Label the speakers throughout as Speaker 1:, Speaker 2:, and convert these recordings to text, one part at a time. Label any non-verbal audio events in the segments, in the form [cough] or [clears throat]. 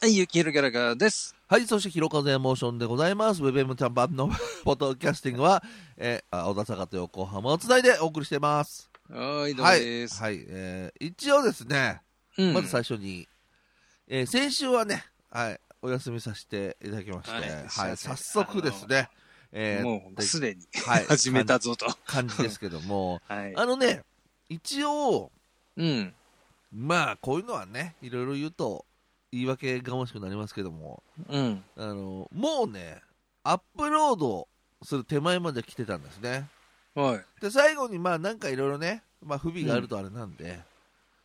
Speaker 1: はい、ゆきひろギャラガーです。
Speaker 2: はい、そして、ひろかぜモーションでございます。ウェブエムちゃん版のポトキャスティングは、えーあ小田坂と横浜をつないでお送りしてます。
Speaker 1: はーい、どうも
Speaker 2: はい、
Speaker 1: です。
Speaker 2: はい、えー一応ですね、
Speaker 1: うん
Speaker 2: まず最初に、えー先週はね、はい、お休みさせていただきまして、
Speaker 1: は
Speaker 2: はいい、
Speaker 1: そう
Speaker 2: 早
Speaker 1: ですね
Speaker 2: 速ですね、えー
Speaker 1: もうすでに
Speaker 2: はい
Speaker 1: [laughs] 始めたぞと。
Speaker 2: 感じですけども、
Speaker 1: はい。
Speaker 2: あのね、一応、
Speaker 1: うん。
Speaker 2: まあ、こういうのはね、いろいろ言うと、言い訳がましくなりますけども、
Speaker 1: うん。
Speaker 2: あのもうねアップロードする手前まで来てたんですね
Speaker 1: はい。
Speaker 2: で最後にまあなんかいろいろね、まあ、不備があるとあれなんで、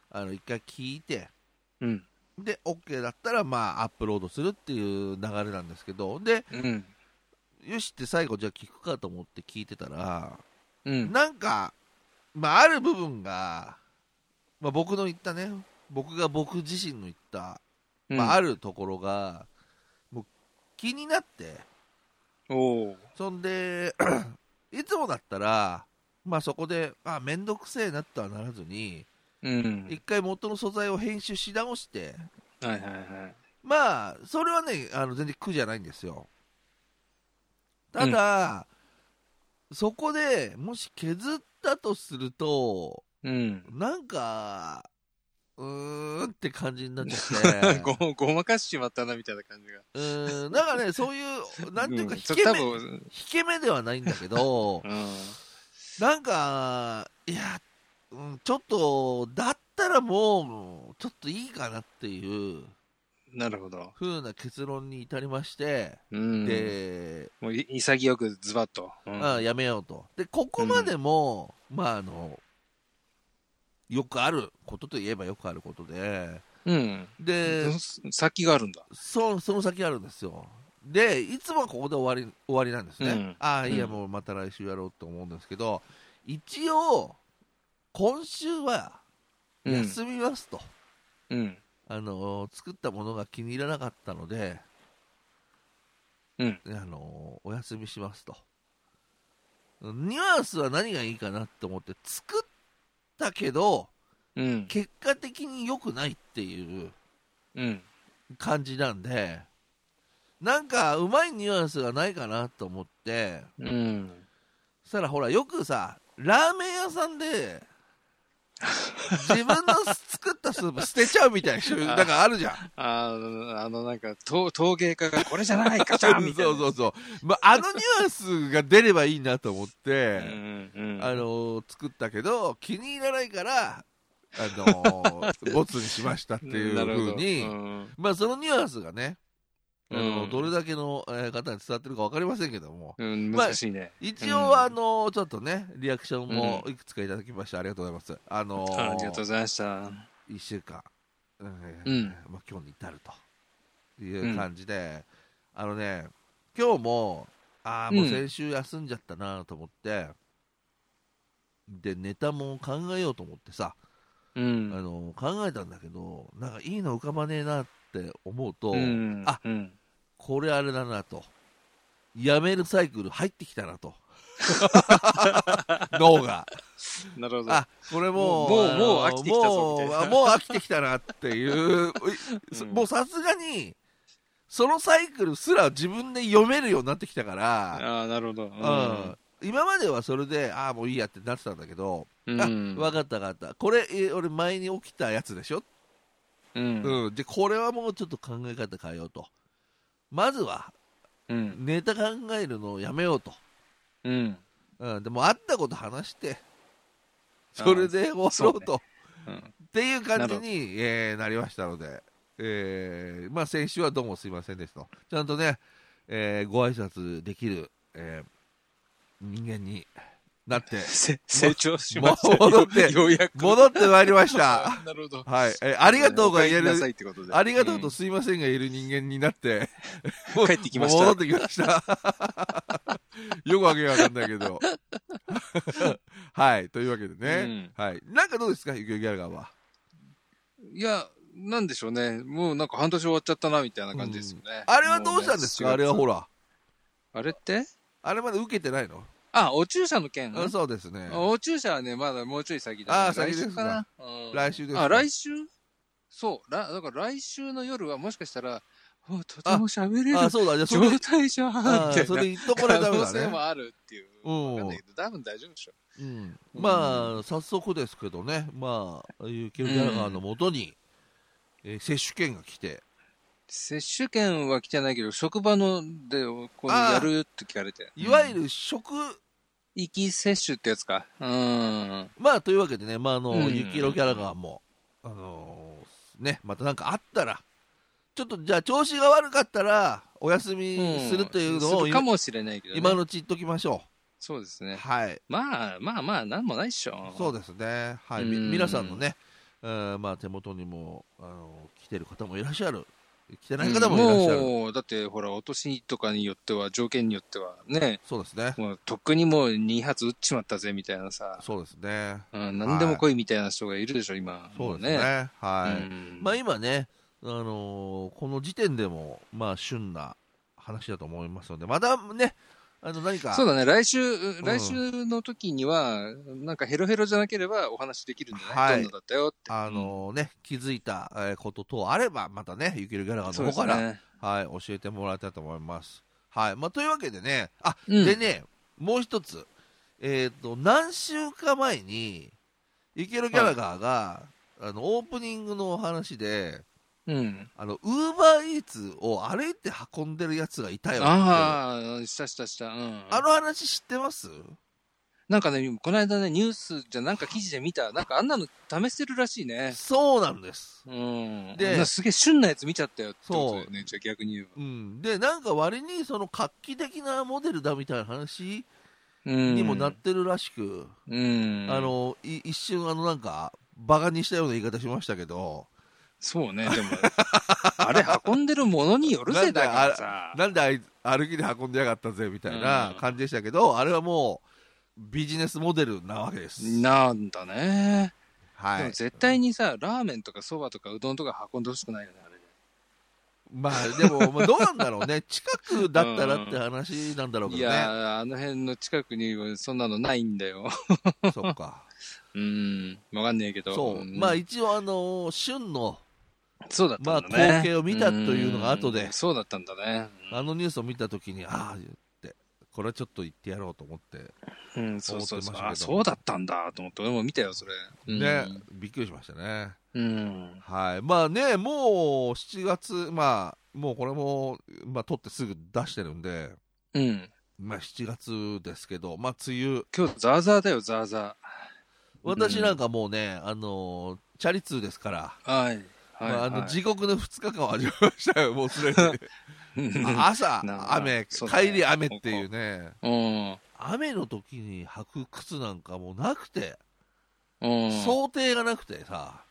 Speaker 2: あの一回聞いて
Speaker 1: うん。
Speaker 2: で OK だったらまあアップロードするっていう流れなんですけどで
Speaker 1: うん。
Speaker 2: よしって最後じゃあ聞くかと思って聞いてたら
Speaker 1: うん。
Speaker 2: なんか、まあ、ある部分が、まあ、僕の言ったね僕が僕自身の言った、まあ、あ
Speaker 1: る。
Speaker 2: るところが、もう気になって
Speaker 1: おー
Speaker 2: そんで、 [clears throat] いつもだったら、まあそこで、あ、めんどくせえなとはならずに、
Speaker 1: うん。
Speaker 2: 一回元の素材を編集し直して、
Speaker 1: はいはいはい。
Speaker 2: まあ、それはね、あの全然苦じゃないんですよ。ただ、そこでもし削ったとすると、
Speaker 1: うん。
Speaker 2: なんか、うーんって感じになっちゃって、
Speaker 1: [laughs] [laughs] ご、ごまかしちまったな、みたいな感じが。
Speaker 2: うーん、なんかね、そういう、なんていうか、
Speaker 1: ん
Speaker 2: 引
Speaker 1: そ
Speaker 2: け
Speaker 1: れ多
Speaker 2: 目、
Speaker 1: 分、
Speaker 2: 引け目ではないんだけど
Speaker 1: う、ん。
Speaker 2: なんか、いや、うん、ちょっと、だったらもう、ちょっといいかなっていう
Speaker 1: なるほど。
Speaker 2: 風な結論に至りまして、
Speaker 1: うん。、
Speaker 2: で、
Speaker 1: もうい潔くズバッと。うん
Speaker 2: あやめようと。で、ここまでも、まあ、あの、よくあることといえばよくあることで、
Speaker 1: うん。
Speaker 2: で、
Speaker 1: そ先があるんだ。
Speaker 2: そその先あるんですよ。で、いつもはここで終わり終わりなんですね。
Speaker 1: うん
Speaker 2: ああ、いや、
Speaker 1: うん
Speaker 2: もうまた来週やろうと思うんですけど、一応、今週は
Speaker 1: うん。
Speaker 2: 休みますと。
Speaker 1: うん。
Speaker 2: あのー作ったものが気に入らなかったので、
Speaker 1: うん
Speaker 2: あのーお休みしますとニュアンスは何がいいかなと思って作ったけど
Speaker 1: うん。
Speaker 2: 結果的に良くないっていう
Speaker 1: うん。
Speaker 2: 感じなんでなんかうまいニュアンスがないかなと思って
Speaker 1: うん。
Speaker 2: そしたらほらよくさラーメン屋さ
Speaker 1: [laughs]
Speaker 2: んで自分の作ったスープ捨てちゃうみたいな人なんかあるじゃん
Speaker 1: あの、あのなんか、陶陶芸家がこれじゃないかちゃんみたいな。
Speaker 2: [laughs] そうそうそう、まあ、あのニュアンスが出ればいいなと思っ
Speaker 1: う
Speaker 2: て、
Speaker 1: んうんうん。
Speaker 2: あのー作ったけど気に入らないから、あの
Speaker 1: [laughs]
Speaker 2: ーボツにしましたっていう
Speaker 1: なるほ
Speaker 2: ふ
Speaker 1: ど
Speaker 2: うに、
Speaker 1: うん
Speaker 2: まあ、そのニュアンスがね、あのー
Speaker 1: うん
Speaker 2: どれだけのえー方に伝わってるか分かりませんけども
Speaker 1: うん、
Speaker 2: まあ
Speaker 1: 難しいね。
Speaker 2: 一
Speaker 1: う
Speaker 2: 応
Speaker 1: ん
Speaker 2: はあのーちょっとねリアクションも
Speaker 1: う
Speaker 2: いくつかいただきましてありがとうございます、あの
Speaker 1: あありがとうご
Speaker 2: ー、
Speaker 1: ざいました。
Speaker 2: 1週間、えー
Speaker 1: うん
Speaker 2: まあ、今日に至るという感じで、あのね今日もああもう
Speaker 1: うん
Speaker 2: 先週休んじゃったなと思って、でネタも考えようと思ってさ、
Speaker 1: う
Speaker 2: あ
Speaker 1: ん。
Speaker 2: の考えたんだけどなんかいいの浮かばねえなって思うと、
Speaker 1: うん
Speaker 2: あ
Speaker 1: うん。
Speaker 2: これあれだなとやめるサイクル入ってきたな
Speaker 1: [laughs]
Speaker 2: と脳が
Speaker 1: なるほど。
Speaker 2: あこれもう
Speaker 1: もう
Speaker 2: あの
Speaker 1: もう飽きてきたぞみたいな
Speaker 2: もうあもう飽きてきたなって
Speaker 1: [laughs]
Speaker 2: いう、いそ
Speaker 1: うん
Speaker 2: もうさすがにそのサイクルすら自分で読めるようになってきたから、
Speaker 1: ああ、なるほど。
Speaker 2: うん今まではそれでああもういいやってなってたんだけど、
Speaker 1: うん。
Speaker 2: あ
Speaker 1: うん
Speaker 2: 分かった分かったこれえ俺前に起きたやつでしょ、
Speaker 1: うん。
Speaker 2: うんでこれはもうちょっと考え方変えようとまずは
Speaker 1: うん。
Speaker 2: ネタ考えるのをやめようと、
Speaker 1: うん。
Speaker 2: うん、でもあったこと話してそれで終わろうと
Speaker 1: うん
Speaker 2: っていう感じにな,、えーなりましたので、えーまあ、先週はどうもすいませんでしたとちゃんとね、えーご挨拶できる、えー人間になって
Speaker 1: せ成長しました。
Speaker 2: 戻って
Speaker 1: ようやく。
Speaker 2: 戻ってまいりました、
Speaker 1: [laughs] なるほど。
Speaker 2: はいえーありがとうが
Speaker 1: お
Speaker 2: 言え
Speaker 1: 帰りなさい
Speaker 2: る
Speaker 1: ってことで
Speaker 2: ありがとうと
Speaker 1: ん
Speaker 2: すいませんが言える人間になって、
Speaker 1: 帰ってきました
Speaker 2: 戻ってきました [laughs] よくわけわかんないけど [laughs] はいというわけでね、はい、なんかどうですかゆきゆきギャラガーは。
Speaker 1: いや、なんでしょうね。もうなんか半年終わっちゃったな、みたいな感じですよね。
Speaker 2: あれはどうしたんですか、
Speaker 1: も
Speaker 2: あ
Speaker 1: うね
Speaker 2: れはほら。
Speaker 1: あれって
Speaker 2: あれまで受けてないの、
Speaker 1: あ、お注射の件
Speaker 2: あそうですね。
Speaker 1: お注射はね、まだもうちょい先だ、ね。
Speaker 2: あー先ですか
Speaker 1: 来週かな。うん
Speaker 2: 来週ですか
Speaker 1: あ、来週そう、らだから来週の夜はもしかしたら、おとても喋れる
Speaker 2: あ、そうだ、じゃあそれ
Speaker 1: 状、態 [laughs] じゃんみ
Speaker 2: あ
Speaker 1: たい
Speaker 2: そ
Speaker 1: な
Speaker 2: れ言っとこない
Speaker 1: 可
Speaker 2: とダメ
Speaker 1: [laughs] 能
Speaker 2: だ
Speaker 1: 性
Speaker 2: ね。
Speaker 1: もあるっていう。
Speaker 2: うん
Speaker 1: わかんないけど、多分大丈夫でしょ。
Speaker 2: うん、
Speaker 1: うん
Speaker 2: まあ、早速ですけどね、まあ、ユキル・ジャガーのもとに、えー接種券が来て、
Speaker 1: 接種券は来てないけど、職場ので、こう
Speaker 2: あー
Speaker 1: やるって聞かれて。
Speaker 2: いわゆ
Speaker 1: る。
Speaker 2: る食、
Speaker 1: 行き接種ってやつか。うん。
Speaker 2: まあ、というわけでね、まあ、あの、
Speaker 1: うん
Speaker 2: ユキロ・ギャラガーも、あのーね、またなんかあったら、ちょっと、じゃあ、調子が悪かったら、お休みするというのを、
Speaker 1: するかもしれないけど、ね。
Speaker 2: 今のうち言っときましょ
Speaker 1: そうです
Speaker 2: う。
Speaker 1: ね。
Speaker 2: はい。
Speaker 1: まあまあまあ、なんもないっしょ。
Speaker 2: そうですね、はい、み
Speaker 1: うん
Speaker 2: 皆さんのね、えーまあ、手元にもあの来てる方もいらっしゃる、来てない方もいらっしゃる、
Speaker 1: もう、だってほら、お年とかによっては、条件によってはね、
Speaker 2: そうですね、
Speaker 1: もうとっくにもう2発撃っちまったぜみたいなさ、
Speaker 2: そうですね、
Speaker 1: うん、何でも来いみたいな人がいるでしょ、今。
Speaker 2: そうですね、はい、
Speaker 1: うん
Speaker 2: まあ、今ね、あのーこの時点でも、まあ、旬な話だと思いますので、またね、あの何か、
Speaker 1: そうだね、来週、来週の時には、なんかヘロヘロじゃなければお話できるんじゃない、
Speaker 2: はい
Speaker 1: どんなだったよって。
Speaker 2: あのーね、気づいたえーこと等あれば、またね、ゆきるギャラガーの方から、
Speaker 1: ね。
Speaker 2: はい、教えてもらいたいと思います。はい、まあ、というわけでね、あ、
Speaker 1: うん
Speaker 2: でね、もう一つ、えっ、と、何週か前に、イケル・ギャラガーが、あの、オープニングのお話で、
Speaker 1: うん。
Speaker 2: あの、ウーバーイーツを歩いて運んでるやつがいたよって
Speaker 1: ああ、したしたした。うん。
Speaker 2: あの話知ってます
Speaker 1: なんかね、この間ね、ニュースじゃ、なんか記事で見た、なんかあんなの試してるらしいね。
Speaker 2: そうなんです。
Speaker 1: うん。
Speaker 2: で
Speaker 1: で、すげえ旬なやつ見ちゃったよってことだよね、じゃあ逆に言えば。
Speaker 2: うん。で、なんか割に、その、画期的なモデルだみたいな話
Speaker 1: うん
Speaker 2: にもなってるらしく、
Speaker 1: うん。
Speaker 2: あ、の、い一瞬、あの、なんか、バカにしたような言い方しましたけど、
Speaker 1: そうね、でも、 [laughs] あれ運んでるものによるぜだからさ。
Speaker 2: [laughs] なんであい歩きで運んでやがったぜみたいな感じでしたけど、あれはもうビジネスモデルなわけです。
Speaker 1: なんだね。
Speaker 2: は
Speaker 1: でも
Speaker 2: い、
Speaker 1: 絶対にさ、ラーメンとかそばとかうどんとか運んでほしくないよね、あれ。
Speaker 2: まあでも、まあ、どうなんだろう
Speaker 1: [laughs]
Speaker 2: ね、近くだったらって話なんだろうけ
Speaker 1: い
Speaker 2: どね、
Speaker 1: やー、あの辺の近くにそんなのないんだよ。
Speaker 2: そ
Speaker 1: [laughs]
Speaker 2: っか、
Speaker 1: うん、わかんねえけど。
Speaker 2: そう、
Speaker 1: ん
Speaker 2: まあ一応、あのー旬の
Speaker 1: そうだったんだね。
Speaker 2: まあ光景を見たというのが後で
Speaker 1: うんそうだったんだね。
Speaker 2: あのニュースを見たときに、ああって、これはちょっと言ってやろうと思って、
Speaker 1: うん、そうそうそう。
Speaker 2: 思ってま
Speaker 1: あ、
Speaker 2: したけど
Speaker 1: そうだったんだと思って、俺も見たよ、それ。うん
Speaker 2: ね、びっくりしましたね。
Speaker 1: うん。
Speaker 2: はい、まあね、もう7月、まあ、もうこれも、まあ、取ってすぐ出してるんで。
Speaker 1: うん。
Speaker 2: まあ、7月ですけど、まあ、梅雨、
Speaker 1: 今日、ザーザーだよ、ザーザ
Speaker 2: 私なんかもうね、あのーチャリ通ですから、
Speaker 1: ー。はい。はい。
Speaker 2: まあ、あ
Speaker 1: は
Speaker 2: の
Speaker 1: い [laughs]
Speaker 2: 地獄の2日間を味わいましたよ、もうすでに。あ朝
Speaker 1: な、あ
Speaker 2: 雨、
Speaker 1: そうだね
Speaker 2: 帰り雨っていうね、
Speaker 1: うん。
Speaker 2: 雨の時に履く靴なんかもうなくて、
Speaker 1: うん。
Speaker 2: 想定がなくてさ、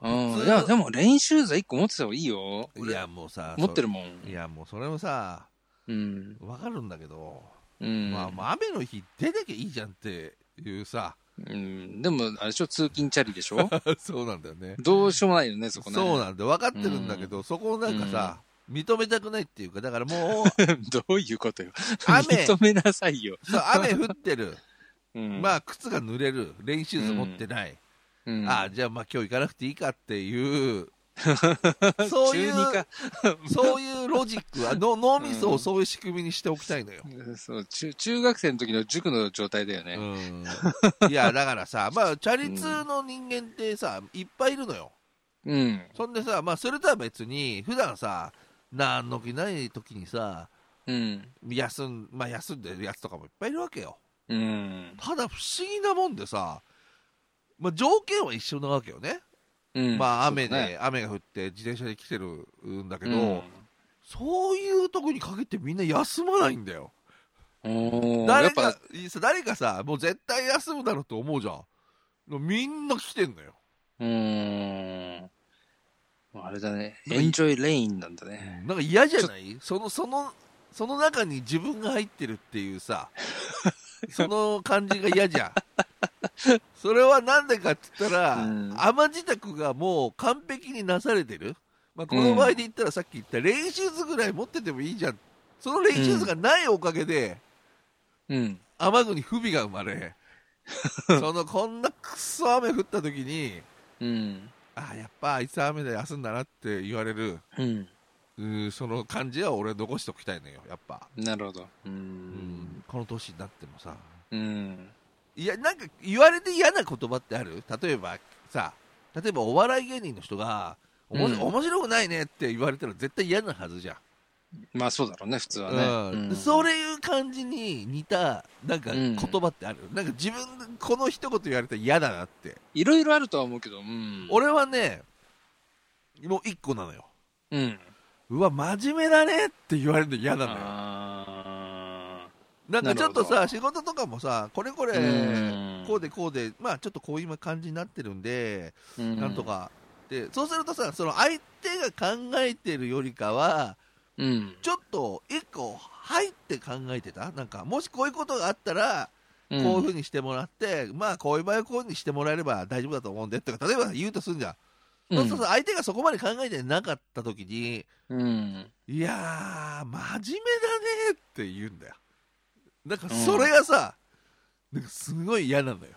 Speaker 1: うん。
Speaker 2: 普通
Speaker 1: いや、でも練習剤一個持ってた方がいいよ。
Speaker 2: いや、もうさ、
Speaker 1: 持ってる
Speaker 2: も
Speaker 1: もん。
Speaker 2: いや、もうそれもさ、
Speaker 1: うん。
Speaker 2: わかるんだけど、
Speaker 1: うん。
Speaker 2: まあ、まあ、雨の日出なきゃいいじゃんっていうさ、 [laughs]
Speaker 1: うん。でも、あれでしょ、通勤チャリでしょ
Speaker 2: そうなんだよね。
Speaker 1: どうしようもないよね、そこね。
Speaker 2: そうなんで分かってるんだけど、そこをなんかさ、認めたくないっていうか、だからもう、
Speaker 1: [laughs] どういうことよ。
Speaker 2: 雨
Speaker 1: 認めなさいよ。
Speaker 2: そう雨降ってる、
Speaker 1: うん
Speaker 2: まあ靴が濡れる、練習図持ってない、
Speaker 1: うん
Speaker 2: ああ、じゃあまあ今日行かなくていいかって
Speaker 1: [laughs]
Speaker 2: いう、そういう
Speaker 1: 中二か、
Speaker 2: そういうロジックは、の脳みそをそういう仕組みにしておきたいのよ。
Speaker 1: そう中、中学生の時の塾の状態だよ
Speaker 2: う
Speaker 1: ね。
Speaker 2: ん、いや、だからさ、まあ、チャリ通の人間ってさ、いっぱいいるのよ。
Speaker 1: うん。
Speaker 2: そんでさ、まあ、それとは別に、普段さ、何の気ない時にさ、
Speaker 1: うん。
Speaker 2: 休ん、まあ、休んでるやつとかもいっぱいいるわけよ。
Speaker 1: うん。
Speaker 2: ただ不思議なもんでさ、まあ、条件は一緒なわけよね、
Speaker 1: うん。
Speaker 2: まあ雨
Speaker 1: そ
Speaker 2: で、
Speaker 1: うだね
Speaker 2: 雨が降って自転車で来てるんだけ
Speaker 1: う
Speaker 2: ど、
Speaker 1: ん。
Speaker 2: そういうとこに限ってみんな休まないんだよ
Speaker 1: おーや
Speaker 2: 誰
Speaker 1: っぱ
Speaker 2: か、誰かさもう絶対休むだろうと思うじゃんみんな来てんのよ、
Speaker 1: うーん。あれだね。
Speaker 2: なんか
Speaker 1: エンジョイレインなんだね。
Speaker 2: なんか嫌じゃないそのそのその中に自分が入ってるってい
Speaker 1: [laughs]
Speaker 2: うさその感じが嫌じゃんそれはなんでかって言ったら、
Speaker 1: うん
Speaker 2: 甘自宅がもう完璧になされてる、まあ、この場合で言ったらさっき言った練習図ぐらい持っててもいいじゃんその練習図がないおかげで、
Speaker 1: うん。
Speaker 2: 雨具に不
Speaker 1: [laughs]
Speaker 2: 備が生まれそのこんなクソ雨降った時に
Speaker 1: うん。
Speaker 2: あやっぱあいつ雨で休んだなって言われる
Speaker 1: うん。
Speaker 2: うーその感じは俺残しておきたいのよやっぱ、
Speaker 1: なるほど。う。
Speaker 2: うんんこの年になってもさ
Speaker 1: うん。
Speaker 2: いやなんか言われて嫌な言葉ってある例えばさ例えばお笑い芸人の人がおも、
Speaker 1: うん
Speaker 2: 面白くないねって言われたら絶対嫌なはずじゃん
Speaker 1: まあそうだろうね、普通は
Speaker 2: う
Speaker 1: ね。
Speaker 2: ん
Speaker 1: うん
Speaker 2: そういう感じに似たなんか
Speaker 1: うん
Speaker 2: 言葉ってある、なんか自分この一言言われたら嫌だなって、
Speaker 1: いろいろあるとは思うけど、うん。
Speaker 2: 俺はねもう一個なのよ
Speaker 1: うん。
Speaker 2: うわ真面目だねって言われるの嫌なのよ
Speaker 1: あ
Speaker 2: なんかちょっと
Speaker 1: な
Speaker 2: さ仕事とかもさこれこれ
Speaker 1: うん
Speaker 2: こうでこうでまあちょっとこう今感じになってるんで、
Speaker 1: ー
Speaker 2: なんと。かでそうするとさその相手が考えてるよりかは
Speaker 1: うん。
Speaker 2: ちょっと一個入って考えてたなんかもしこういうことがあったらこういうふうにしてもらって、まあこういう場合はこういうふうにしてもらえれば大丈夫だと思うんでとか例えば言うとするんじゃん、そうすると相手がそこまで考えてなかった時に
Speaker 1: うん。
Speaker 2: いやー真面目だねって言うんだよなんかそれがさ、なんかすごい嫌なのよ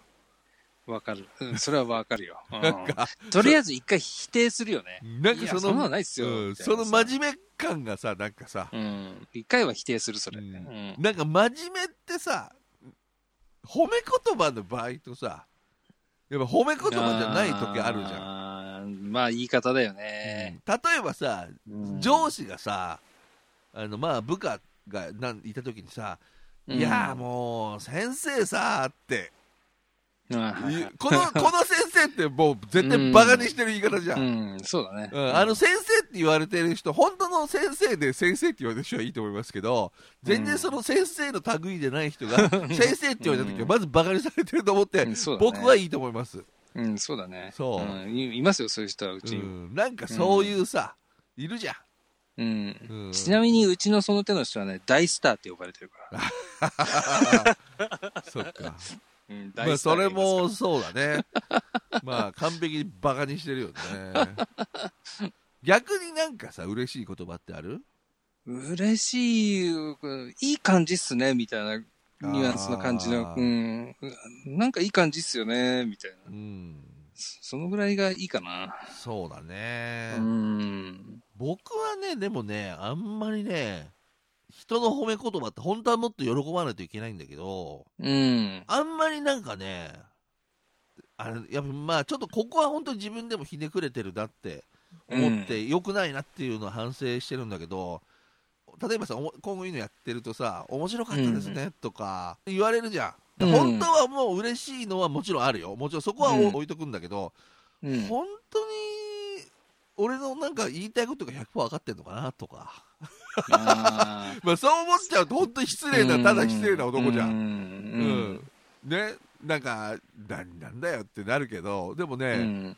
Speaker 1: わかる。うん、それはわかるよ。うん
Speaker 2: なんか
Speaker 1: とりあえず一回否定するよね。
Speaker 2: なん
Speaker 1: い
Speaker 2: か
Speaker 1: や
Speaker 2: その
Speaker 1: そんなのないっすよ
Speaker 2: うん
Speaker 1: みたい
Speaker 2: そ
Speaker 1: な
Speaker 2: の
Speaker 1: さ
Speaker 2: 真面目感がさなんかさ、
Speaker 1: うん。一回は否定する、それ。
Speaker 2: う
Speaker 1: うんん。
Speaker 2: [laughs] なんか真面目ってさ褒め言葉の場合とさやっぱ褒め言葉じゃない時あるじゃん
Speaker 1: ゃん。まあ言い方だよね。
Speaker 2: うん例えばさ
Speaker 1: うん
Speaker 2: 上司がさあのまあ部下がなんいた時にさ「
Speaker 1: うん
Speaker 2: いやーもう先生さ」
Speaker 1: [laughs]
Speaker 2: って
Speaker 1: うんはいいう
Speaker 2: このこの先生ってもう絶対バカにしてる言い方じゃ、
Speaker 1: うんん、そうだね。
Speaker 2: うんあの先生って言われてる人本当の先生で先生って言われてる人はいいと思いますけど全然その先生の類じゃない人が先生って言われた時はまずバカにされてると思って、
Speaker 1: うんそうだね
Speaker 2: 僕はいいと思います、
Speaker 1: うん、そうだね。
Speaker 2: そうん
Speaker 1: いいますよ、そういう人はう
Speaker 2: う
Speaker 1: ちに。
Speaker 2: ん、なんかそういうさ、いるじゃん
Speaker 1: うん。
Speaker 2: うん
Speaker 1: ちなみに、うちのその手の人はね、大スターって呼ばれてるから。
Speaker 2: そっか
Speaker 1: うん、
Speaker 2: まあ、
Speaker 1: 大スター
Speaker 2: そ
Speaker 1: って
Speaker 2: れ
Speaker 1: 言いますから
Speaker 2: もそうだねまあ完璧にバカにしてるよね
Speaker 1: [laughs]
Speaker 2: 逆になんかさ嬉しい言葉ってある
Speaker 1: 嬉しい、いい感じっすね、みたいな、ニュアンスの感じの
Speaker 2: あ、
Speaker 1: う
Speaker 2: ー
Speaker 1: ん。なんかいい感じっすよね、みたいな
Speaker 2: う。ん
Speaker 1: そそのぐらいがいいかな。
Speaker 2: そうだね、
Speaker 1: うん。
Speaker 2: 僕はねでもねあんまりね人の褒め言葉って本当はもっと喜ばないといけないんだけど
Speaker 1: うん。
Speaker 2: あんまりなんかねあれやっぱまあちょっとここは本当に自分でもひねくれてるなって思って良くないなっていうのは反省してるんだけど、例えばさおも今後いいのやってるとさ面白かったですねとか言われるじゃん、
Speaker 1: うん
Speaker 2: 本当はもう嬉しいのはもちろんあるよもちろんそこはお
Speaker 1: うん
Speaker 2: 置いとくんだけど、
Speaker 1: うん。
Speaker 2: 本当に俺のなんか言いたいことが100%分かってんのかなとか、
Speaker 1: あー
Speaker 2: まあ、そう思っちゃうと本当に [laughs] 失礼なただ失礼な男じゃ、
Speaker 1: うん
Speaker 2: うん
Speaker 1: ん。
Speaker 2: ねなんかななんだよってなるけどでもね、
Speaker 1: うん。うん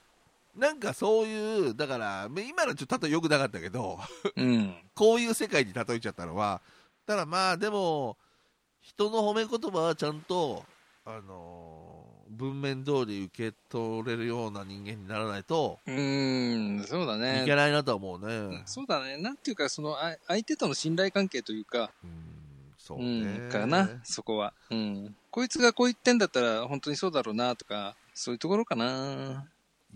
Speaker 2: なんかそういうだから今のちょっと例えよくなかったけど
Speaker 1: うん。
Speaker 2: こういう世界に例えちゃったのは、ただまあでも、人の褒め言葉はちゃんと、あのー文面通り受け取れるような人間にならないと
Speaker 1: うん。そうだ
Speaker 2: いけ
Speaker 1: ね。
Speaker 2: ないなとは思うね。うん
Speaker 1: そうだね。なんていうか、その、あ相手との信頼関係というか、
Speaker 2: そう
Speaker 1: う
Speaker 2: ね
Speaker 1: ん。。かな、そこは。うん。こいつがこう言ってんだったら、本当にそうだろうな、とか、そういうところかな。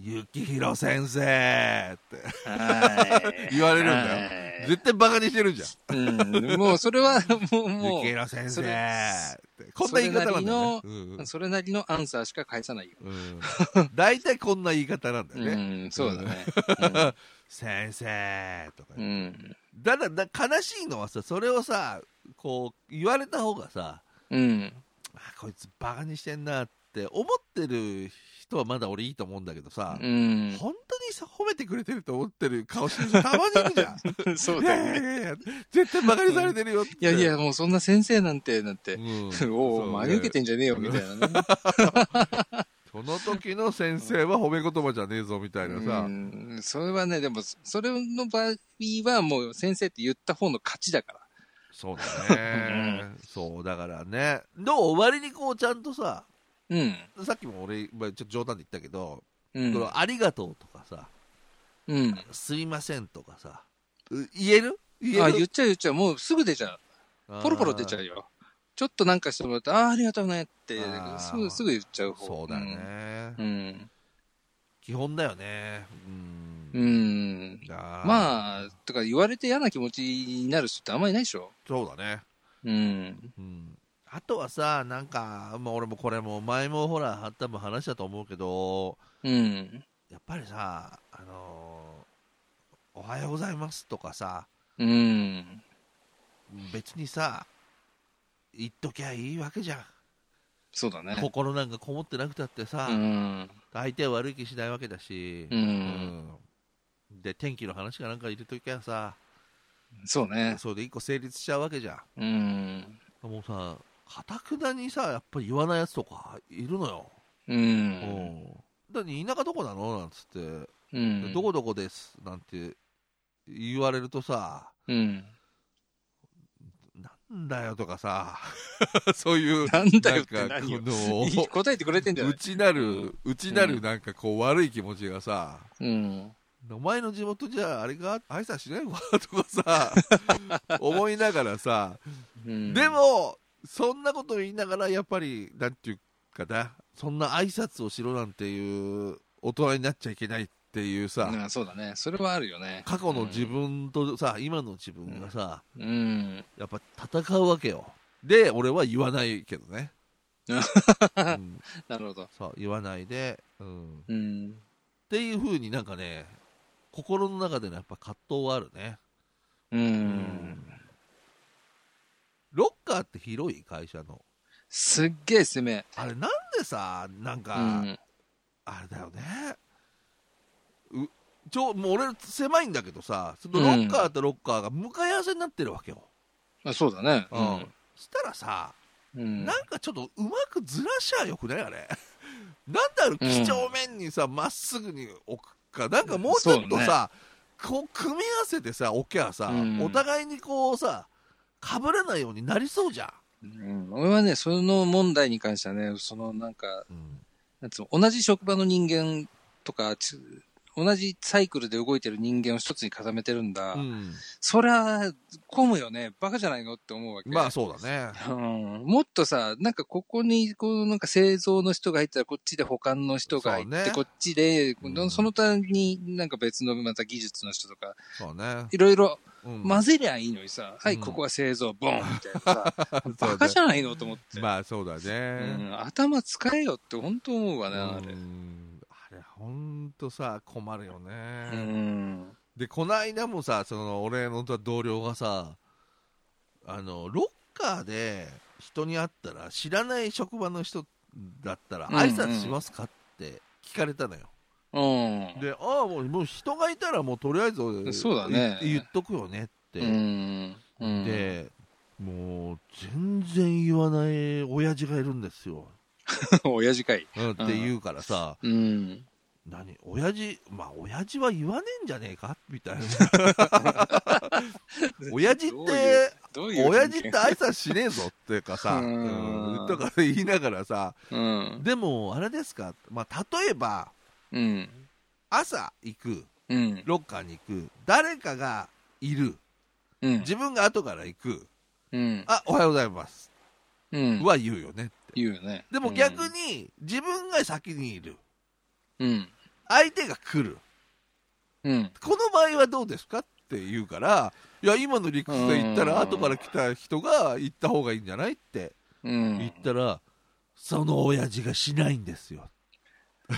Speaker 2: ゆきひろ先生って
Speaker 1: [laughs] はい。
Speaker 2: 言われるんだよ。
Speaker 1: よ
Speaker 2: 絶対バカにしてるじゃん。
Speaker 1: うん、もうそれは、もう、
Speaker 2: ゆ
Speaker 1: も
Speaker 2: きひろ先生
Speaker 1: それ
Speaker 2: って。こんな言い方なんだよね。う
Speaker 1: [laughs]
Speaker 2: ん
Speaker 1: う、それなりのアンサーしか返さないよ。
Speaker 2: うん大体こんな言い方なんだよね。
Speaker 1: うん、そうだね。
Speaker 2: 先生とか
Speaker 1: う
Speaker 2: ね、
Speaker 1: ん。
Speaker 2: だからだ悲しいのはさそれをさこう言われた方がさ
Speaker 1: うん。
Speaker 2: あこいつバカにしてんなって思ってる人はまだ俺いいと思うんだけどさ、
Speaker 1: うん。
Speaker 2: 本当にさ褒めてくれてると思ってる顔してる人たまにいるじ
Speaker 1: [laughs]
Speaker 2: ゃん
Speaker 1: そ
Speaker 2: いやい。やいや絶対バカにされてるよって、
Speaker 1: いやいや、もうそんな先生なんて、なんて
Speaker 2: う。ん
Speaker 1: おお、真に受けてんじゃねえよ、みたいなね。
Speaker 2: その時の先生は褒め言葉じゃねえぞみたいなさ、
Speaker 1: うん。それはね、でも、それの場合はもう先生って言った方の勝ちだから。
Speaker 2: そうだね、そうだからねどう割にこうちゃんとさ
Speaker 1: うん。
Speaker 2: さっきも俺まあちょっと冗談で言ったけど、
Speaker 1: うん
Speaker 2: こ。のありがとうとかさ
Speaker 1: うん。
Speaker 2: すいませんとかさう言える言える
Speaker 1: あ、言っちゃう言っちゃう。もうすぐ出ちゃう。ポロポロ出ちゃ
Speaker 2: う
Speaker 1: うよ。ちょっとなんかしてもらって、ああ、ありがとうねって
Speaker 2: あー、
Speaker 1: すぐ、すぐ言っちゃう方。
Speaker 2: そうだね、
Speaker 1: うん。
Speaker 2: 基本だよね。うん。
Speaker 1: うん。
Speaker 2: まあ
Speaker 1: まあ、とか言われて嫌な気持ちになる人ってあんまりいないでしょ。
Speaker 2: ー、そうだね。
Speaker 1: うん。
Speaker 2: うん。あとはさ、なんか、まあ、俺もこれも前もほら、多分話したと思うけど、
Speaker 1: うん。
Speaker 2: やっぱりさ、あのーおはようございますとかさ、
Speaker 1: うん。
Speaker 2: 別にさ、言っときゃいいわけじゃん。
Speaker 1: そうだね。
Speaker 2: 心なんかこもってなくたってさ、
Speaker 1: うん。
Speaker 2: 相手は悪い気しないわけだし、
Speaker 1: う。
Speaker 2: うんで、天気の話かなんか入れときゃさ、
Speaker 1: そうね。
Speaker 2: それで一個成立しちゃうわけじゃん。
Speaker 1: うん。
Speaker 2: もうさ、かたくなにさ、やっぱり言わないやつとかいるのよ。
Speaker 1: う。
Speaker 2: うんん。だって田舎どこなのなんつって、
Speaker 1: うん。
Speaker 2: どこどこですなんて言われるとさ、
Speaker 1: うん。
Speaker 2: なんだよとかさ、 [laughs] そういう、
Speaker 1: なんだよって
Speaker 2: なん
Speaker 1: 何
Speaker 2: か
Speaker 1: よ。
Speaker 2: こ
Speaker 1: いい答えてくれてんじゃ
Speaker 2: の、
Speaker 1: な
Speaker 2: う
Speaker 1: い
Speaker 2: ちなる、うちなるなんかこう悪い気持ちがさ、
Speaker 1: うん。
Speaker 2: お前の地元じゃあれが挨拶しないわとかさ、
Speaker 1: [laughs]
Speaker 2: 思いながらさ、
Speaker 1: うん
Speaker 2: で、も、そんなこと言いながら、やっぱり、なんていうかな、そんな挨拶をしろなんていう、大人になっちゃいけないっていうさ、
Speaker 1: うんそうだね。それはあるよね。
Speaker 2: 過去の自分とさ、今の自分がさ、
Speaker 1: うん。
Speaker 2: やっぱ戦うわけよ。で、俺は言わないけどね。うん
Speaker 1: なるほど。
Speaker 2: そう、言わないで、うん。っ
Speaker 1: うん。
Speaker 2: ていう風になんかね、心の中でのやっぱ葛藤はあるね。
Speaker 1: う。
Speaker 2: うんロッカーって広い会社の。
Speaker 1: すっげえ攻め。
Speaker 2: あれなんでさ、なん
Speaker 1: う
Speaker 2: か、
Speaker 1: ん。
Speaker 2: あれだよねうちょもう俺狭いんだけどさそのロッカーとロッカーが向かい合わせになってるわけよ、
Speaker 1: あそうだね。
Speaker 2: そしたらさ、
Speaker 1: うん。うん
Speaker 2: なんかちょっとうまくずらしゃよくないあれ [laughs] なんだろう几帳面にさまっすぐに置くかなんかもうちょっとさ、こう組み合わせてさ置きゃさ、
Speaker 1: うん
Speaker 2: お互いにこうさかぶらないようになりそうじゃん、
Speaker 1: うん、俺はね、その問題に関してはね、そのなんか、
Speaker 2: うん
Speaker 1: なんつうの、同じ職場の人間とか、ち同じサイクルで動いてる人間を一つに固めてるんだ。そりゃ、混むよね。バカじゃないのって思うわけ。
Speaker 2: まあそうだね
Speaker 1: うん、もっとさ、なんかここに、こう、なんか製造の人が入ったら、こっちで保管の人が入って、
Speaker 2: そうね
Speaker 1: こっちで、
Speaker 2: うん
Speaker 1: その他になんか別のまた技術の人とか、
Speaker 2: そうね、
Speaker 1: いろいろ
Speaker 2: うん
Speaker 1: 混ぜりゃいいのにさ、はい、
Speaker 2: うん
Speaker 1: ここは製造、ボンみたいなさ、
Speaker 2: [laughs] そうね
Speaker 1: バカじゃないのと思って。
Speaker 2: まあそうだ
Speaker 1: う
Speaker 2: ね、
Speaker 1: ん、頭使えよって本当思うわね、
Speaker 2: う
Speaker 1: あれ。
Speaker 2: んあれほんとさ困るよね、
Speaker 1: うん。
Speaker 2: でこないだもさその俺の同僚がさあのロッカーで人に会ったら知らない職場の人だったら
Speaker 1: うんうん
Speaker 2: 挨拶しますかって聞かれたのよ、
Speaker 1: うん。
Speaker 2: でああもうもう人がいたらもうとりあえず
Speaker 1: そうだね
Speaker 2: い言っとくよねって、
Speaker 1: うん。うん、
Speaker 2: でもう全然言わない親父がいるんですよ、
Speaker 1: 親父かい。
Speaker 2: うんって言うからさ、
Speaker 1: うん。
Speaker 2: 何親父まあ親父は言わねえんじゃねえか
Speaker 1: [laughs]
Speaker 2: みたいな親父っ
Speaker 1: どういう
Speaker 2: て
Speaker 1: どういう
Speaker 2: 親父って挨拶しねえぞっていう
Speaker 1: [laughs]
Speaker 2: かさ、
Speaker 1: う
Speaker 2: うんん、とか言いながらさ
Speaker 1: うん。
Speaker 2: でもあれですか、まあ、例えば
Speaker 1: うん。
Speaker 2: 朝行く
Speaker 1: うん。
Speaker 2: ロッカーに行く誰かがいる
Speaker 1: うん。
Speaker 2: 自分が後から行く
Speaker 1: うん。
Speaker 2: あおはようございます
Speaker 1: うん。
Speaker 2: は言うよねって
Speaker 1: 言うよね。
Speaker 2: でも逆に自分が先にいる
Speaker 1: うん。
Speaker 2: 相手が来る
Speaker 1: うん。
Speaker 2: この場合はどうですかって言うから、いや、今の理屈で言った
Speaker 1: うん
Speaker 2: ら、後から来た人が行った方がいいんじゃないって
Speaker 1: うん。
Speaker 2: [laughs] 言ったら、その親父がしないんですよ。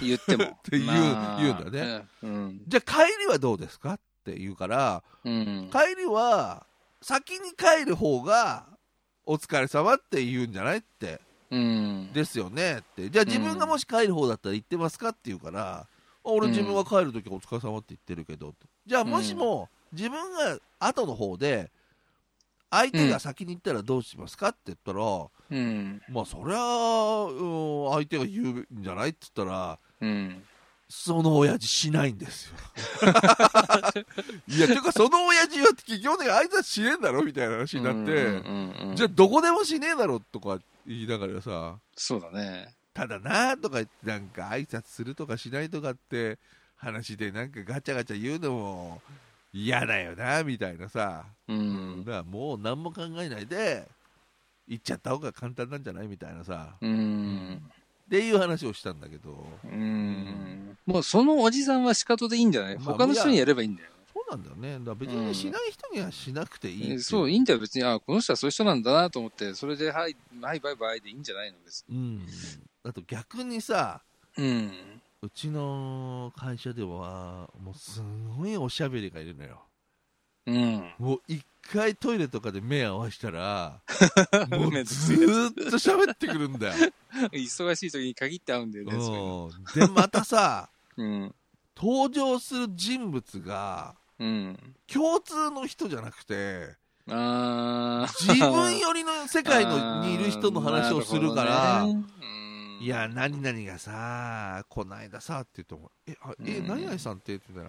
Speaker 1: 言っても。って
Speaker 2: 言う言うんだね。
Speaker 1: うん。
Speaker 2: じゃあ帰りはどうですかって言うから、
Speaker 1: うん。
Speaker 2: 帰りは先に帰る方が、お疲れ様って言うんじゃないって、
Speaker 1: うん。
Speaker 2: ですよねって。じゃあ自分がもし帰る方だったら行ってますかって言うから、あ俺自分は帰るときお疲れ様って言ってるけど、じゃあもしも自分が後の方で、相手が先に行ったらどうしますかって言ったら、
Speaker 1: うん。
Speaker 2: まあそりゃあ、うん相手が言うんじゃないって言ったら、
Speaker 1: うん。
Speaker 2: その親父しないんです
Speaker 1: [laughs]
Speaker 2: よ。いや、てかその親父は基本的に挨拶しねえんだろみたいな話になって、
Speaker 1: うん。
Speaker 2: じゃあどこでもしねえだろとか言いながらさ、
Speaker 1: そうだね。
Speaker 2: ただなとか言ってなんか挨拶するとかしないとかって話でなんかガチャガチャ言うのも嫌だよなみたいなさ、
Speaker 1: う。
Speaker 2: うんだからもう何も考えないで行っちゃった方が簡単なんじゃないみたいなさ
Speaker 1: うん。
Speaker 2: っていう話をしたんだけど、
Speaker 1: うん。もうそのおじさんは仕方でいいんじゃない
Speaker 2: まあ
Speaker 1: 他の人にやればいいんだよ。
Speaker 2: そうなんだよね。だから別にしない人にはしなくていいってい
Speaker 1: えそう、いいんだよ。別に、あこの人はそういう人なんだなと思って、それで、はい、はい、バイバイでいいんじゃないの別
Speaker 2: うん。あと逆にさ、
Speaker 1: に。うん。
Speaker 2: うちの会社では、もうすごいおしゃべりがいるのよ。
Speaker 1: うん。
Speaker 2: もう一回トイレとかで目合わし
Speaker 1: [laughs]
Speaker 2: たら、も
Speaker 1: め
Speaker 2: う
Speaker 1: ど
Speaker 2: ん
Speaker 1: く
Speaker 2: ず
Speaker 1: せ
Speaker 2: ーっと喋ってくる
Speaker 1: [laughs]
Speaker 2: んだよ。
Speaker 1: [laughs] 忙しい時に限って会うんだよね、そういうの
Speaker 2: うんで、またさ、
Speaker 1: うん。
Speaker 2: 登場する人物が、
Speaker 1: うん。
Speaker 2: 共通の人じゃなくて、
Speaker 1: あー。
Speaker 2: 自分よりの世界のにいる人の話をするか
Speaker 1: な
Speaker 2: ら、
Speaker 1: るほどねうん
Speaker 2: いや、何々がさ、こないださって言っても、え、あえ
Speaker 1: うん
Speaker 2: 何々さんってって言った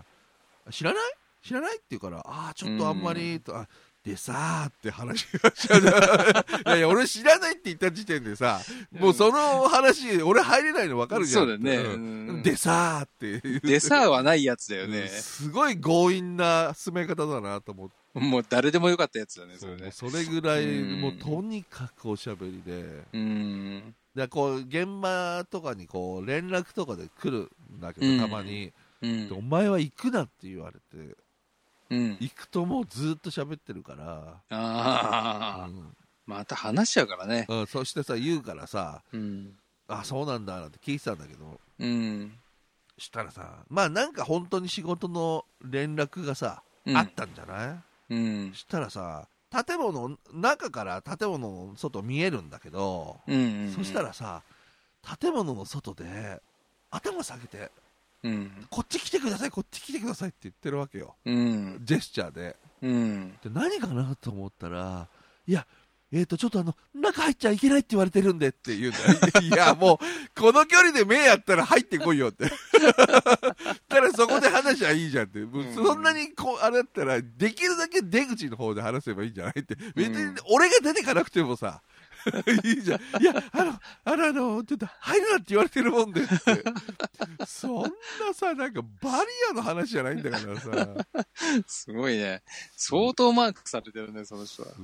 Speaker 2: ら、知らない知らないって言うから、ああ、ちょっとあんまり、とあでさーって話がしちゃう [laughs] いやいや、俺知らないって言った時点でさ、もうその話、俺入れないの分かるじゃん。
Speaker 1: そうだね
Speaker 2: ん
Speaker 1: うん
Speaker 2: でさーって言う
Speaker 1: でさはないやつだよね。
Speaker 2: すごい強引な進め方だなと思って、
Speaker 1: もう誰でもよかったやつだね、そ
Speaker 2: そ
Speaker 1: れね。
Speaker 2: れぐらい、
Speaker 1: うん
Speaker 2: もうとにかくおしゃべりで。
Speaker 1: うん。
Speaker 2: でこう現場とかにこう連絡とかで来るんだけど、
Speaker 1: うん
Speaker 2: たまに、
Speaker 1: う
Speaker 2: でお
Speaker 1: ん。
Speaker 2: 前は行くなって言われて
Speaker 1: うん。
Speaker 2: 行くともうずっと喋ってるから、
Speaker 1: ああ、
Speaker 2: うん
Speaker 1: また話しちゃうからね。
Speaker 2: うんそしてさ言うからさ
Speaker 1: うん。
Speaker 2: あそうなんだなんて聞いてたんだけど
Speaker 1: うん。
Speaker 2: したらさまあなんか本当に仕事の連絡がさ、
Speaker 1: うん
Speaker 2: あったんじゃな
Speaker 1: うん
Speaker 2: い。したらさ建物の中から建物の外見えるんだけど、
Speaker 1: うん。
Speaker 2: そした、らさ建物の外で頭下げて
Speaker 1: うん。
Speaker 2: こっち来てください、こっち来てくださいって言ってるわけよ。
Speaker 1: うん。
Speaker 2: ジェスチャーで。
Speaker 1: うん。
Speaker 2: で、何かなと思ったら、いや、えっ、と、ちょっとあの、中入っちゃいけないって言われてるんでって言うんだよ。 [laughs] いや、もう、この距離で目やったら入ってこいよって。 [laughs] たらそこで話しゃいいじゃんって。もう
Speaker 1: うん
Speaker 2: そんなにこう、あれだったら、できるだけ出口の方で話せばいいんじゃないって。別
Speaker 1: う
Speaker 2: に
Speaker 1: ん、
Speaker 2: 俺が出てかなくてもさ、 [laughs] いいじゃん。いや、あの、あの、あの、ちょっと入るなって言われてるもんでって。そんなさ、なんかバリアの話じゃないんだからさ。
Speaker 1: すごいね。相当マークされてるね、その人は。
Speaker 2: す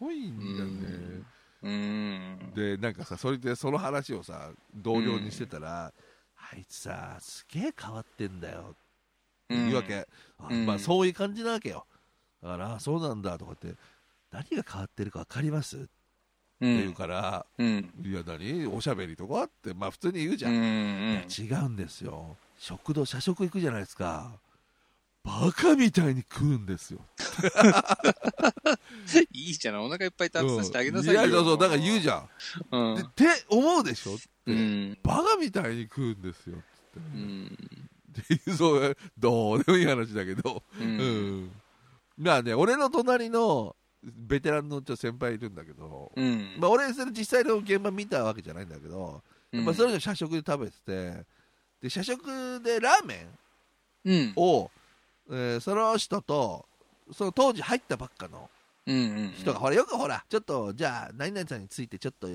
Speaker 2: ごいんだよね。
Speaker 1: うん。
Speaker 2: で、なんかさ、それでその話をさ、同僚にしてたら、あいつさ、すげえ変わってんだよっていうわけ。あ
Speaker 1: うん
Speaker 2: まあ、そういう感じなわけよ。だから、あそうなんだとかって、何が変わってるか分かりますって
Speaker 1: うん。
Speaker 2: 言うから、
Speaker 1: うん。
Speaker 2: いや、何おしゃべりとかって、まあ、普通に言うじ
Speaker 1: う
Speaker 2: ゃん。い
Speaker 1: ん
Speaker 2: や、。違うんですよ。食堂、社食行くじゃないですか。バカみたいに食うんですよ。
Speaker 1: いいじゃない、お腹いっぱい食べさせてあげなさいよ。
Speaker 2: うんいや、そうそう、だから言うじゃん。
Speaker 1: うん。
Speaker 2: でって思うでしょって、
Speaker 1: うん。
Speaker 2: バカみたいに食うんですよつ
Speaker 1: う
Speaker 2: っ
Speaker 1: ん。
Speaker 2: て、っていう [laughs] そうどうでもいい話だけど、
Speaker 1: う
Speaker 2: うん
Speaker 1: ん。
Speaker 2: まあね俺の隣のベテランのちょ先輩いるんだけど、
Speaker 1: うん。
Speaker 2: まあ、俺それ実際の現場見たわけじゃないんだけど、やっぱそれの社食で食べててで社食でラーメン
Speaker 1: うん。
Speaker 2: を、えーその人とその当時入ったばっかの
Speaker 1: うん。
Speaker 2: 人が、ほらよくほらちょっとじゃあ何々さんについてちょっと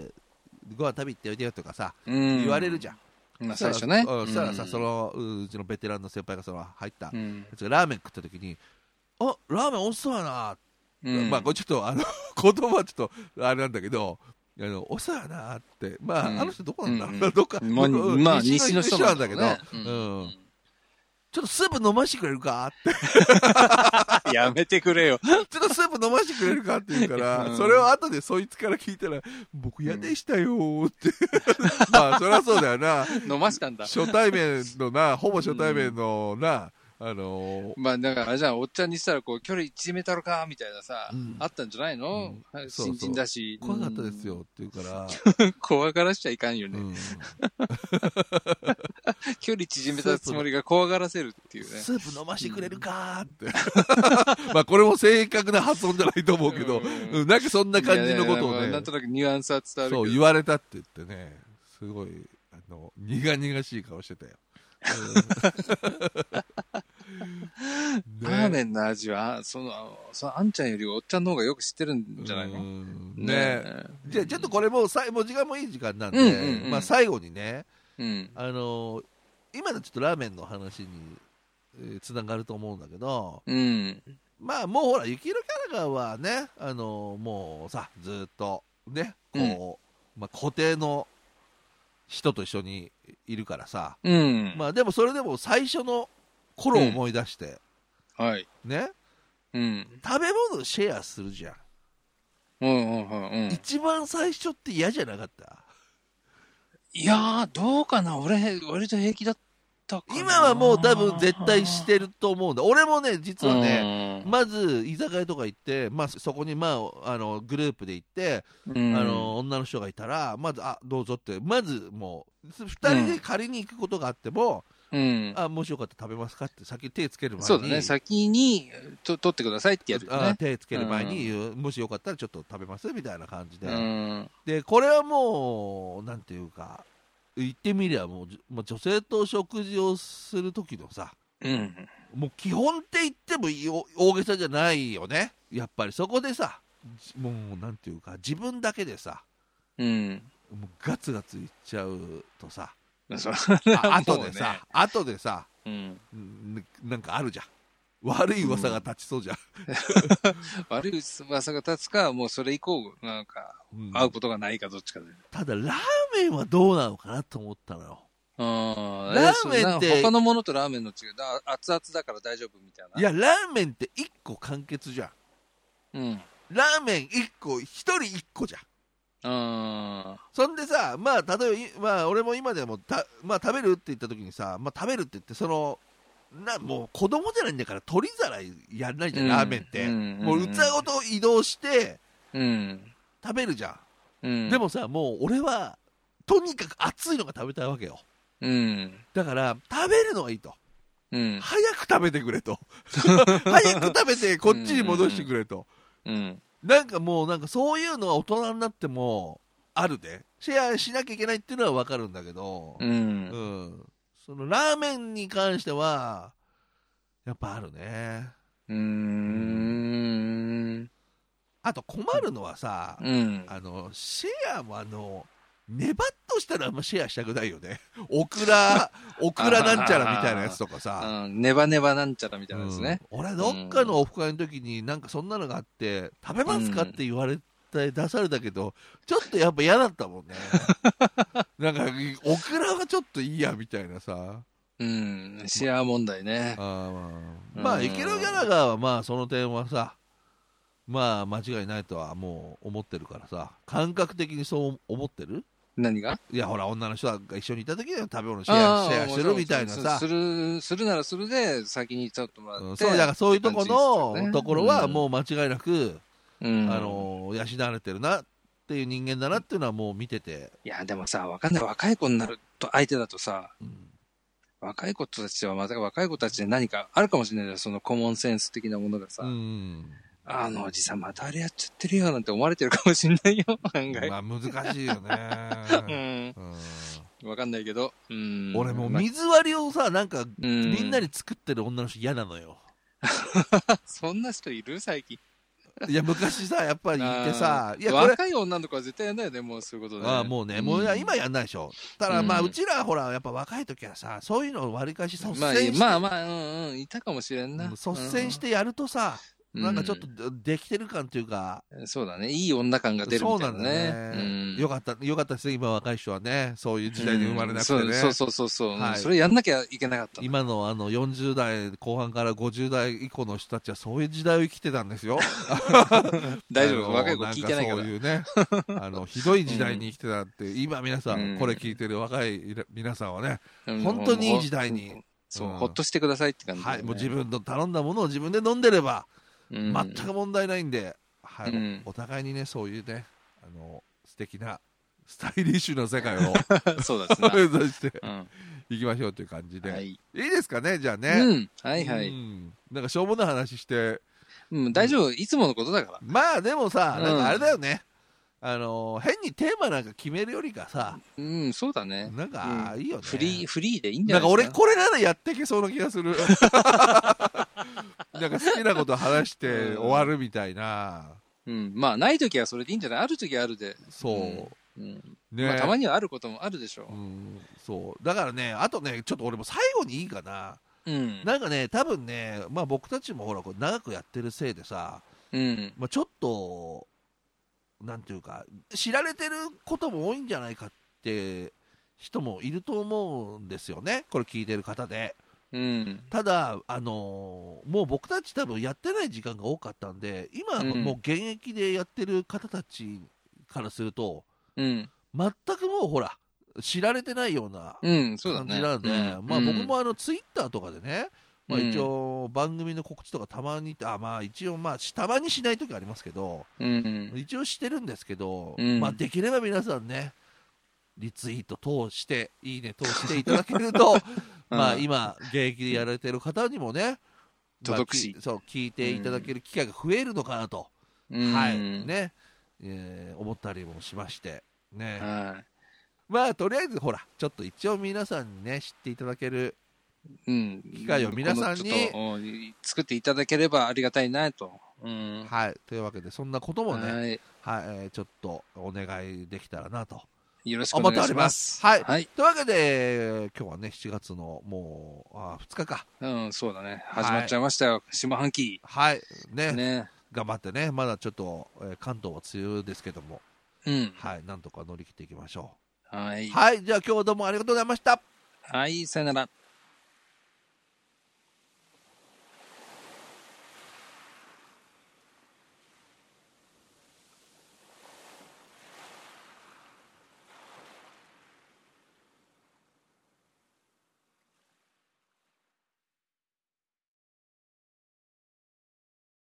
Speaker 2: ご飯食べ行っておいでよとかさ、言
Speaker 1: 言
Speaker 2: われるじゃん
Speaker 1: ん。まあ、最初ね。
Speaker 2: うんそしたらさ、
Speaker 1: うん
Speaker 2: そ、のううちのベテランの先輩がその入った、
Speaker 1: うん
Speaker 2: やつがラーメン食った時に、あラーメン美味しそうやな、
Speaker 1: うん。
Speaker 2: まあこれちょっとあの [laughs] 言葉はちょっとあれなんだけど、あの美味しそうやなって、まあ、
Speaker 1: うん
Speaker 2: あの人どこなんだ、
Speaker 1: うん
Speaker 2: [laughs] どっか、
Speaker 1: まあ
Speaker 2: うん
Speaker 1: まあ西の人
Speaker 2: な
Speaker 1: なんん
Speaker 2: だ
Speaker 1: だろ
Speaker 2: け
Speaker 1: う
Speaker 2: ど、
Speaker 1: ね
Speaker 2: うん
Speaker 1: うん
Speaker 2: ちょっとスープ飲ましてくれるか [laughs] って、
Speaker 1: [laughs] やめてくれよ。
Speaker 2: ちょっとスープ飲ましてくれるかって言うから、
Speaker 1: うん
Speaker 2: それを後でそいつから聞いたら、僕嫌でしたよーって、 [laughs] まあそりゃそうだよな。
Speaker 1: 飲ましたんだ。
Speaker 2: 初対面のな、ほぼ初対面のな、あのー
Speaker 1: まあ、だから、じゃあ、おっちゃんにしたら、こう、距離縮めたろか、みたいなさ
Speaker 2: うん、
Speaker 1: あったんじゃないの
Speaker 2: うんそうそう
Speaker 1: 新人だし。
Speaker 2: 怖かったですよって言うから、
Speaker 1: うん。怖がらしちゃいかんよ
Speaker 2: う
Speaker 1: ね。
Speaker 2: ん
Speaker 1: 距離縮めたつもりが怖がらせるっていうね。
Speaker 2: スープ飲ましてくれるかーって。 [laughs] まあこれも正確な発音じゃないと思うけど、
Speaker 1: うん
Speaker 2: うんなんかそんな感じのこ
Speaker 1: い
Speaker 2: と
Speaker 1: やいやまあな
Speaker 2: をね
Speaker 1: んと、なくニュアンスは伝わる
Speaker 2: そう
Speaker 1: け
Speaker 2: 言
Speaker 1: ど。
Speaker 2: われたって言ってね、すごい、あの、苦々しい顔してたよ。うん
Speaker 1: [laughs] ラーメ
Speaker 2: ね
Speaker 1: ンの味は、その、その、あんちゃんよりおっちゃんの方がよく知ってるんじゃないの
Speaker 2: う
Speaker 1: ね
Speaker 2: んね
Speaker 1: え
Speaker 2: じゃあちょっとこれもうさいもう時間もいい時間なんで、
Speaker 1: うんうんうん
Speaker 2: まあ、最後にね、
Speaker 1: うん。
Speaker 2: あのー今のちょっとラーメンの話につな、繋がると思うんだけど、
Speaker 1: うん。
Speaker 2: まあもうほら、雪のキャラガンはね、あのーもうさ、ずっとね、こう、まあ固定の人と一緒にいるからさ、
Speaker 1: うん。
Speaker 2: まあでもそれでも最初の頃を思い出して、
Speaker 1: はい。
Speaker 2: ね
Speaker 1: うん。
Speaker 2: 食べ物シェアするじゃん、
Speaker 1: うんうんうんうん。
Speaker 2: 一番最初って嫌じゃなかった
Speaker 1: いやー、どうかな俺、割と平気だったかな。
Speaker 2: 今はもう多分絶対してると思うんだ俺もね実はね、
Speaker 1: ね。
Speaker 2: まず居酒屋とか行って、まあ、そこに、まあ、あのグループで行って、
Speaker 1: うん。
Speaker 2: あの女の人がいたらまず「あどうぞ」ってまずもう2人で仮に行くことがあっても
Speaker 1: うん
Speaker 2: 「あもしよかったら食べますか?」って先手つける前に
Speaker 1: そうだね。先に、と、取ってくださいってやるよ
Speaker 2: あ
Speaker 1: ね。
Speaker 2: 手つける前に言う、もしよかったらちょっと食べますみたいな感じで、
Speaker 1: うん。
Speaker 2: でこれはもうなんていうか言ってみりゃもうじもう女性と食事をする時のさ
Speaker 1: うん。
Speaker 2: もう基本って言ってもいいお大げさじゃないよねやっぱりそこでさじもうなんていうか自分だけでさ
Speaker 1: うん。
Speaker 2: もうガツガツいっちゃうとさ
Speaker 1: そう [laughs]
Speaker 2: あ
Speaker 1: もう
Speaker 2: 後
Speaker 1: ね
Speaker 2: でさ、後でさ
Speaker 1: うん。
Speaker 2: んなんかあるじゃん悪い噂が立ちそうじゃん、
Speaker 1: 悪い噂が立つか、もうそれ以降、なんか、
Speaker 2: うん
Speaker 1: 会うことがないか、どっちかで。
Speaker 2: ただラーメンはどうなのかなと思ったのよ
Speaker 1: あ
Speaker 2: ラーメンって
Speaker 1: 他のものとラーメンの違いだ熱々だから大丈夫みたいない
Speaker 2: やラーメンって1個完結じゃん
Speaker 1: うん
Speaker 2: ラーメン1個1人1個じゃん
Speaker 1: あ
Speaker 2: そんでさまあ例えばい、まあ、俺も今でもた、まあ、食べるって言った時にさ、まあ、食べるって言ってそのなもう子供じゃないんだから取り皿やんないじゃん、
Speaker 1: うん
Speaker 2: ラーメンって、
Speaker 1: うん
Speaker 2: もう器ごと移動して
Speaker 1: ーうん
Speaker 2: 食べるじゃん、
Speaker 1: うん
Speaker 2: でもさもう俺はとにかく熱いのが食べたいわけよ
Speaker 1: うん
Speaker 2: だから食べるのはいいと
Speaker 1: うん
Speaker 2: 早く食べてく
Speaker 1: [laughs]
Speaker 2: れと早く食べてこっちに戻してくれと
Speaker 1: うん
Speaker 2: なんかもうなんかそういうのは大人になってもあるでシェアしなきゃいけないっていうのはわかるんだけど
Speaker 1: う、ん
Speaker 2: うんそのラーメンに関してはやっぱあるね
Speaker 1: うーん
Speaker 2: あと困るのはさ、
Speaker 1: うん
Speaker 2: あのシェアもあのネバッとしたらあんまシェアしたくないよねオクラオクラなんちゃらみたいなやつとかさ
Speaker 1: あーネバネバなんちゃらみたいなですね
Speaker 2: うん俺どっかのオフ会の時になんかそんなのがあって食べますか
Speaker 1: うん
Speaker 2: って言われて出されたけどちょっとやっぱ嫌だったもんねなんかオクラがちょっといいやみたいなさ
Speaker 1: うんシェア問題ね
Speaker 2: あーまあ、
Speaker 1: うん
Speaker 2: まあ、イケロギャラガーはまあその点はさまあ間違いないとはもう思ってるからさ感覚的にそう思ってる
Speaker 1: 何が
Speaker 2: いやほら女の人が一緒にいた時には食べ物シェアシェアするみたいなさ
Speaker 1: するするならするで先にちょっともら
Speaker 2: う
Speaker 1: っ
Speaker 2: ん
Speaker 1: て
Speaker 2: そうだからそういうとこ
Speaker 1: 感じですよ
Speaker 2: の
Speaker 1: ね
Speaker 2: ところは
Speaker 1: うん
Speaker 2: もう間違いなく、
Speaker 1: うん
Speaker 2: あの養われてるなっていう人間だなっていうのはもう見てて、
Speaker 1: いやでもさわかんない若い子になると相手だとさ
Speaker 2: うん
Speaker 1: 若い子たちはまた若い子たちで何かあるかもしれないじゃんそのコモンセンス的なものがさ、
Speaker 2: うん
Speaker 1: あのおじさんまたあれやっちゃってるよなんて思われてるかもしれないよ、 [laughs] 案外。
Speaker 2: まあ難しいよ
Speaker 1: [laughs] う
Speaker 2: ね、
Speaker 1: ん。
Speaker 2: う
Speaker 1: わかんないけど。うん。
Speaker 2: ん、俺もう水割りをさなんか
Speaker 1: うん、
Speaker 2: みんなに作ってる女の人嫌なのよ。
Speaker 1: [laughs] そんな人いる最近。
Speaker 2: いや、昔さ、やっぱりいてさ
Speaker 1: あ、ー
Speaker 2: いや、これ、
Speaker 1: 若い女の子は絶対やんないよね、もうそういうことね。
Speaker 2: あーもうね、もういや今
Speaker 1: や
Speaker 2: やんないでしょ。ただ、まあ、
Speaker 1: うん
Speaker 2: うちらはほら、やっぱ若い時はさ、そういうのをわりかし率先
Speaker 1: まあ、
Speaker 2: して、
Speaker 1: まあまあ、うんうん、いたかもしれんな。
Speaker 2: うん率先してやるとさ、
Speaker 1: う、
Speaker 2: なんかちょっとでできてる感というか、
Speaker 1: うんそうだね。いい女感が出る
Speaker 2: そう
Speaker 1: みた
Speaker 2: ない
Speaker 1: なんね。
Speaker 2: だね。よかった、よかったですね、今若い人はね、そういう時代に生まれなくて
Speaker 1: うん
Speaker 2: ね。
Speaker 1: そうそうそうそうそう、
Speaker 2: はい
Speaker 1: それやんなきゃいけなかったの。
Speaker 2: 今のあの40代後半から50代以降の人たちはそういう時代を生きてたんですよ。
Speaker 1: [laughs] 大丈夫。
Speaker 2: あの
Speaker 1: 若い子聞いてないから。
Speaker 2: んかそう
Speaker 1: [laughs]
Speaker 2: いうね、あの、ひどい時代に生きてたって、今皆さ、
Speaker 1: うんん
Speaker 2: これ聞いてる若い皆さんはね、
Speaker 1: うん
Speaker 2: 本当にいい時代に。
Speaker 1: そう、
Speaker 2: うん
Speaker 1: ほっとしてくださいって感じだよ
Speaker 2: は
Speaker 1: ね、
Speaker 2: い、もう自分の頼んだものを自分で飲んでれば、
Speaker 1: うん、
Speaker 2: 全く問題ないんで、はい
Speaker 1: うん、
Speaker 2: お互いにね、そういうね、あの、素敵な、スタイリッシュな世界
Speaker 1: [laughs]
Speaker 2: を
Speaker 1: そうですね。
Speaker 2: [laughs] 目指して
Speaker 1: うん。
Speaker 2: いきましょうという感じで。、
Speaker 1: はいい。
Speaker 2: いですかね、じゃあ
Speaker 1: う
Speaker 2: ね。
Speaker 1: ん。はいは
Speaker 2: う
Speaker 1: い。
Speaker 2: んなんかしょうもない話して、
Speaker 1: うん、大丈夫。いつものことだから。
Speaker 2: まあでもさ、
Speaker 1: うん
Speaker 2: なんかあれだよね。あの、変にテーマなんか決めるよりかさ、
Speaker 1: うん、そうだね。
Speaker 2: なんか
Speaker 1: う
Speaker 2: い
Speaker 1: ん
Speaker 2: いよね。
Speaker 1: フリー、フリーでいいんじ
Speaker 2: な
Speaker 1: ゃ
Speaker 2: ん
Speaker 1: な
Speaker 2: か
Speaker 1: いで
Speaker 2: 俺
Speaker 1: すか。
Speaker 2: これならやっていけそうな気が
Speaker 1: [laughs]
Speaker 2: するなんか好きなこと話して終わるみたいな
Speaker 1: うん。まあ、ないときはそれでいいんじゃないあるときはあるで。
Speaker 2: そう、
Speaker 1: うん。
Speaker 2: ね、
Speaker 1: まあ、たまにはあることもあるでしょ
Speaker 2: うんそうだからねあとねちょっと俺も最後にいいかな、
Speaker 1: う。うん。
Speaker 2: なんかね多分ねまあ僕たちもほらこう長くやってるせいでさ、
Speaker 1: うん。
Speaker 2: まあ、ちょっとなんていうか知られてることも多いんじゃないかって人もいると思うんですよね、これ聞いてる方で。
Speaker 1: うん。
Speaker 2: ただ、あのーもう僕たち多分やってない時間が多かったんで、今、
Speaker 1: うん
Speaker 2: もう現役でやってる方たちからすると、
Speaker 1: うん。
Speaker 2: 全くもうほら、知られてないような
Speaker 1: うん、そうだ
Speaker 2: 感
Speaker 1: ね。
Speaker 2: じなんで、
Speaker 1: うん
Speaker 2: まあ僕もあのツイッターとかでね、まあ
Speaker 1: うん
Speaker 2: 一応番組の告知とかたまに、あまあ一応まあしたまにしない時ありますけど、
Speaker 1: うん。
Speaker 2: 一応してるんですけど、
Speaker 1: うん
Speaker 2: まあできれば皆さんね、リツイート通して、いいね通していただけ
Speaker 1: [laughs]
Speaker 2: ると、まあ今、現役でやられてる方にもね、まあ
Speaker 1: 届くし
Speaker 2: きそう、聞いていただける機会が増えるのかなと、
Speaker 1: うん
Speaker 2: はい、。ね、えー思ったりもしまして、ね。
Speaker 1: は
Speaker 2: まあとりあえずほらちょっと一応皆さんにね知っていただける
Speaker 1: い。うん。
Speaker 2: 機会を皆さんに
Speaker 1: このちょっとうん作っていただければありがたいなと。うん。
Speaker 2: はいというわけでそんなこともねはい、
Speaker 1: はい。
Speaker 2: えーちょっとお願いできたらなと
Speaker 1: よろしくお
Speaker 2: 思って
Speaker 1: 願い
Speaker 2: おり
Speaker 1: し
Speaker 2: ま
Speaker 1: ますす。
Speaker 2: はい、
Speaker 1: はい。
Speaker 2: というわけで今日はね7月のもうあ2日か
Speaker 1: うん、そうだね。
Speaker 2: はい
Speaker 1: 始まっちゃいましたよ。下半期。
Speaker 2: はいね
Speaker 1: ね。
Speaker 2: 頑張ってねまだちょっと、えー関東は梅雨ですけども
Speaker 1: うん。
Speaker 2: はいなんとか乗り切っていきましょ
Speaker 1: は
Speaker 2: う
Speaker 1: い。
Speaker 2: はいじゃあ今日はどうもありがとうございました
Speaker 1: はい、さよなら。